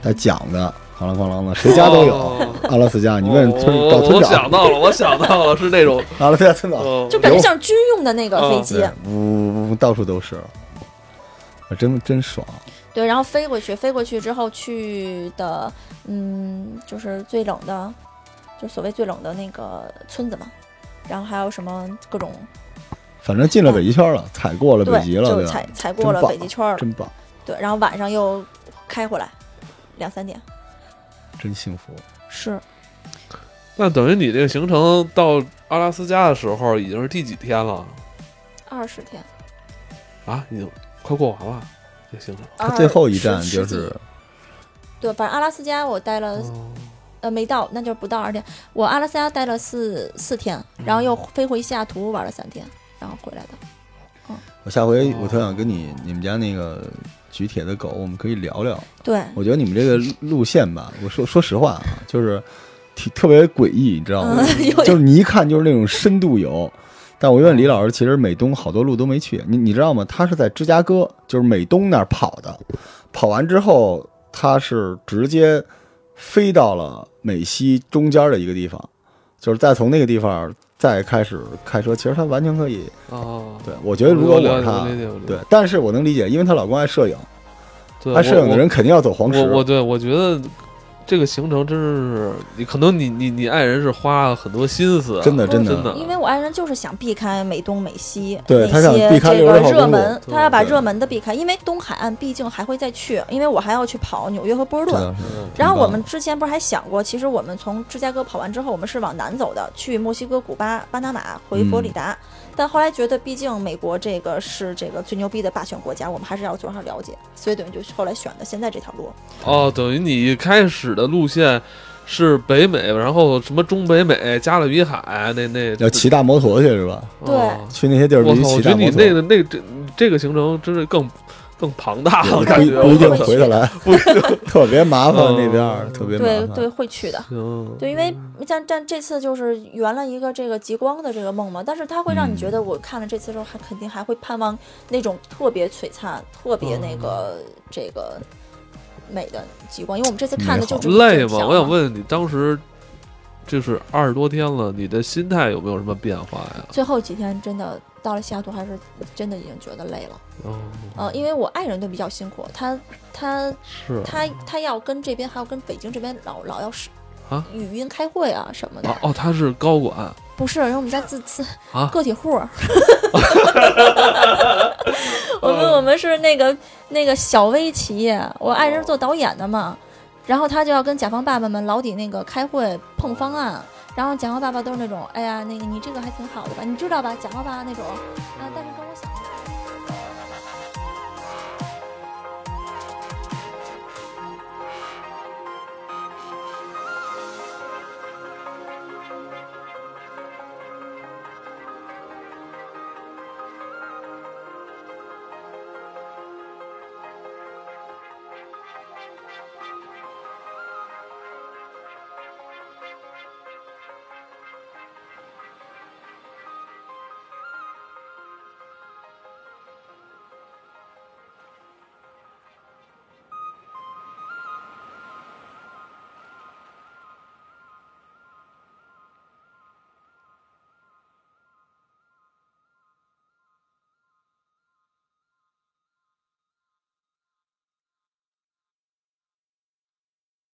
[SPEAKER 3] 带桨的，哐啷哐啷的，谁家都有。
[SPEAKER 1] 哦
[SPEAKER 3] 阿拉斯加，啊你问村
[SPEAKER 1] 我
[SPEAKER 3] 找
[SPEAKER 1] 我
[SPEAKER 3] 村
[SPEAKER 1] 哦我想
[SPEAKER 3] 长，
[SPEAKER 1] 到 了，我想到了，是那种，
[SPEAKER 3] 阿拉斯加村长，
[SPEAKER 1] 哦
[SPEAKER 2] 就感觉像军用的那个
[SPEAKER 1] 哦
[SPEAKER 2] 飞机，
[SPEAKER 3] 嗯对，呜呜，到处都是，啊真真爽。
[SPEAKER 2] 对，然后飞过去，飞过去之后去的，嗯，就是最冷的，就所谓最冷的那个村子嘛，然后还有什么各种，
[SPEAKER 3] 反正进了北极圈了，踩过了北
[SPEAKER 2] 对，
[SPEAKER 3] 极了，
[SPEAKER 2] 就
[SPEAKER 3] 对
[SPEAKER 2] 踩
[SPEAKER 3] 吧？
[SPEAKER 2] 踩过了
[SPEAKER 3] 真棒
[SPEAKER 2] 北极圈儿了，
[SPEAKER 3] 真棒，
[SPEAKER 2] 对，然后晚上又开回来，两三点，
[SPEAKER 3] 真幸福。
[SPEAKER 2] 是，
[SPEAKER 1] 那等于你这个行程到阿拉斯加的时候已经是第几天了
[SPEAKER 2] 二十天，
[SPEAKER 1] 啊？已经快过完了，这行程。
[SPEAKER 3] 他最后一
[SPEAKER 2] 20
[SPEAKER 3] 站就
[SPEAKER 2] 十几
[SPEAKER 3] 是
[SPEAKER 2] 对，反正阿拉斯加我待了
[SPEAKER 1] 哦
[SPEAKER 2] 呃，没到，那就不到二天。我阿拉斯加待了四四天，然后又
[SPEAKER 3] 嗯
[SPEAKER 2] 飞回西雅图玩了三天，然后回来的。
[SPEAKER 3] 我下
[SPEAKER 2] 哦
[SPEAKER 3] 回我特想跟你你们家那个举铁的狗，我们可以聊聊。
[SPEAKER 2] 对，
[SPEAKER 3] 我觉得你们这个路线吧， 我说说实话啊，就是挺特别诡异，你知道吗？
[SPEAKER 2] 嗯， 有
[SPEAKER 3] 就是你一看就是那种深度游。但我问李老师，其实美东好多路都没去，你你知道吗？他是在芝加哥，就是美东那儿跑的，跑完之后他是直接飞到了美西中间的一个地方，就是再从那个地方再开始开车，其实他完全可以。
[SPEAKER 1] 哦，
[SPEAKER 3] 对我觉得如果
[SPEAKER 1] 我
[SPEAKER 3] 我
[SPEAKER 1] 了
[SPEAKER 3] 是
[SPEAKER 1] 解
[SPEAKER 3] 他
[SPEAKER 1] 我理解我理，解
[SPEAKER 3] 对，但是我能理解，因为她老公爱摄影，
[SPEAKER 1] 对，
[SPEAKER 3] 爱摄影的
[SPEAKER 1] 我
[SPEAKER 3] 人肯定要走黄
[SPEAKER 1] 我
[SPEAKER 3] 石。
[SPEAKER 1] 我对我觉得这个行程真是，你可能你你你爱人是花了很多心思啊，
[SPEAKER 3] 真的
[SPEAKER 2] 不是
[SPEAKER 3] 真
[SPEAKER 1] 真的
[SPEAKER 2] 因为我爱人就是想避开美东美西
[SPEAKER 3] 嗯对
[SPEAKER 2] 那
[SPEAKER 3] 他想
[SPEAKER 2] 些
[SPEAKER 3] 避开
[SPEAKER 2] 这
[SPEAKER 3] 六
[SPEAKER 2] 个
[SPEAKER 3] 十号
[SPEAKER 2] 热
[SPEAKER 3] 公路
[SPEAKER 2] 门，他要把
[SPEAKER 3] 对
[SPEAKER 2] 热门的避开，因为东海岸毕竟还会再去，因为我还要去跑纽约和波士
[SPEAKER 3] 真
[SPEAKER 2] 顿。
[SPEAKER 3] 的是
[SPEAKER 1] 嗯
[SPEAKER 2] 然后
[SPEAKER 3] 挺棒
[SPEAKER 2] 我们之前不是还想过，其实我们从芝加哥跑完之后，我们是往南走的，去墨西哥、古巴、巴拿马，回佛罗
[SPEAKER 3] 嗯
[SPEAKER 2] 里达。但后来觉得，毕竟美国这个是这个最牛逼的霸权国家，我们还是要多少了解，所以等于就后来选的现在这条路。
[SPEAKER 1] 哦，等于你开始的路线是北美，然后什么中北美、加勒比海那那
[SPEAKER 3] 要骑大摩托去是吧？
[SPEAKER 1] 哦
[SPEAKER 2] 对
[SPEAKER 3] 去那些地儿必
[SPEAKER 1] 我
[SPEAKER 3] 须
[SPEAKER 1] 操，我
[SPEAKER 3] 骑
[SPEAKER 1] 觉
[SPEAKER 3] 大
[SPEAKER 1] 得你
[SPEAKER 3] 摩
[SPEAKER 1] 那
[SPEAKER 3] 托。
[SPEAKER 1] 个那这这个行程真是更更庞大了，
[SPEAKER 3] 不
[SPEAKER 1] 感
[SPEAKER 3] 一
[SPEAKER 1] 觉
[SPEAKER 3] 不一定
[SPEAKER 2] 我
[SPEAKER 3] 回 得来， 特别麻烦
[SPEAKER 1] 嗯
[SPEAKER 3] 那边儿，特别麻
[SPEAKER 2] 对
[SPEAKER 3] 烦。
[SPEAKER 2] 对，会去的。
[SPEAKER 1] 行，
[SPEAKER 2] 对，因为
[SPEAKER 1] 嗯
[SPEAKER 2] 像但这次就是圆了一个这个极光的这个梦嘛，但是它会让你觉得，
[SPEAKER 1] 嗯
[SPEAKER 2] 我看了这次之后，还肯定还会盼望那种特别璀璨、特别那个、
[SPEAKER 1] 嗯
[SPEAKER 2] 这个美的极光，因为我们这次看的就只
[SPEAKER 1] 累
[SPEAKER 2] 吗
[SPEAKER 1] 吗？？我想问你，当时就是二十多天了，你的心态有没有什么变化呀？
[SPEAKER 2] 最后几天真的到了西雅图，还是真的已经觉得累了。
[SPEAKER 1] 哦，
[SPEAKER 2] 呃，因为我爱人都比较辛苦，他他
[SPEAKER 1] 是
[SPEAKER 2] 他他要跟这边还要跟北京这边老老要是
[SPEAKER 1] 啊
[SPEAKER 2] 语音开会啊什么的，
[SPEAKER 1] 哦哦，他是高管，
[SPEAKER 2] 不是，然后我们家自自
[SPEAKER 1] 啊
[SPEAKER 2] 个体户儿，我们我们是那个那个小微企业，我爱人是做导演的嘛，然后他就要跟甲方爸爸们老底那个开会碰方案，然后甲方爸爸都是那种，哎呀，那个你这个还挺好的吧，你知道吧，甲方爸爸那种，啊，但是跟我想的。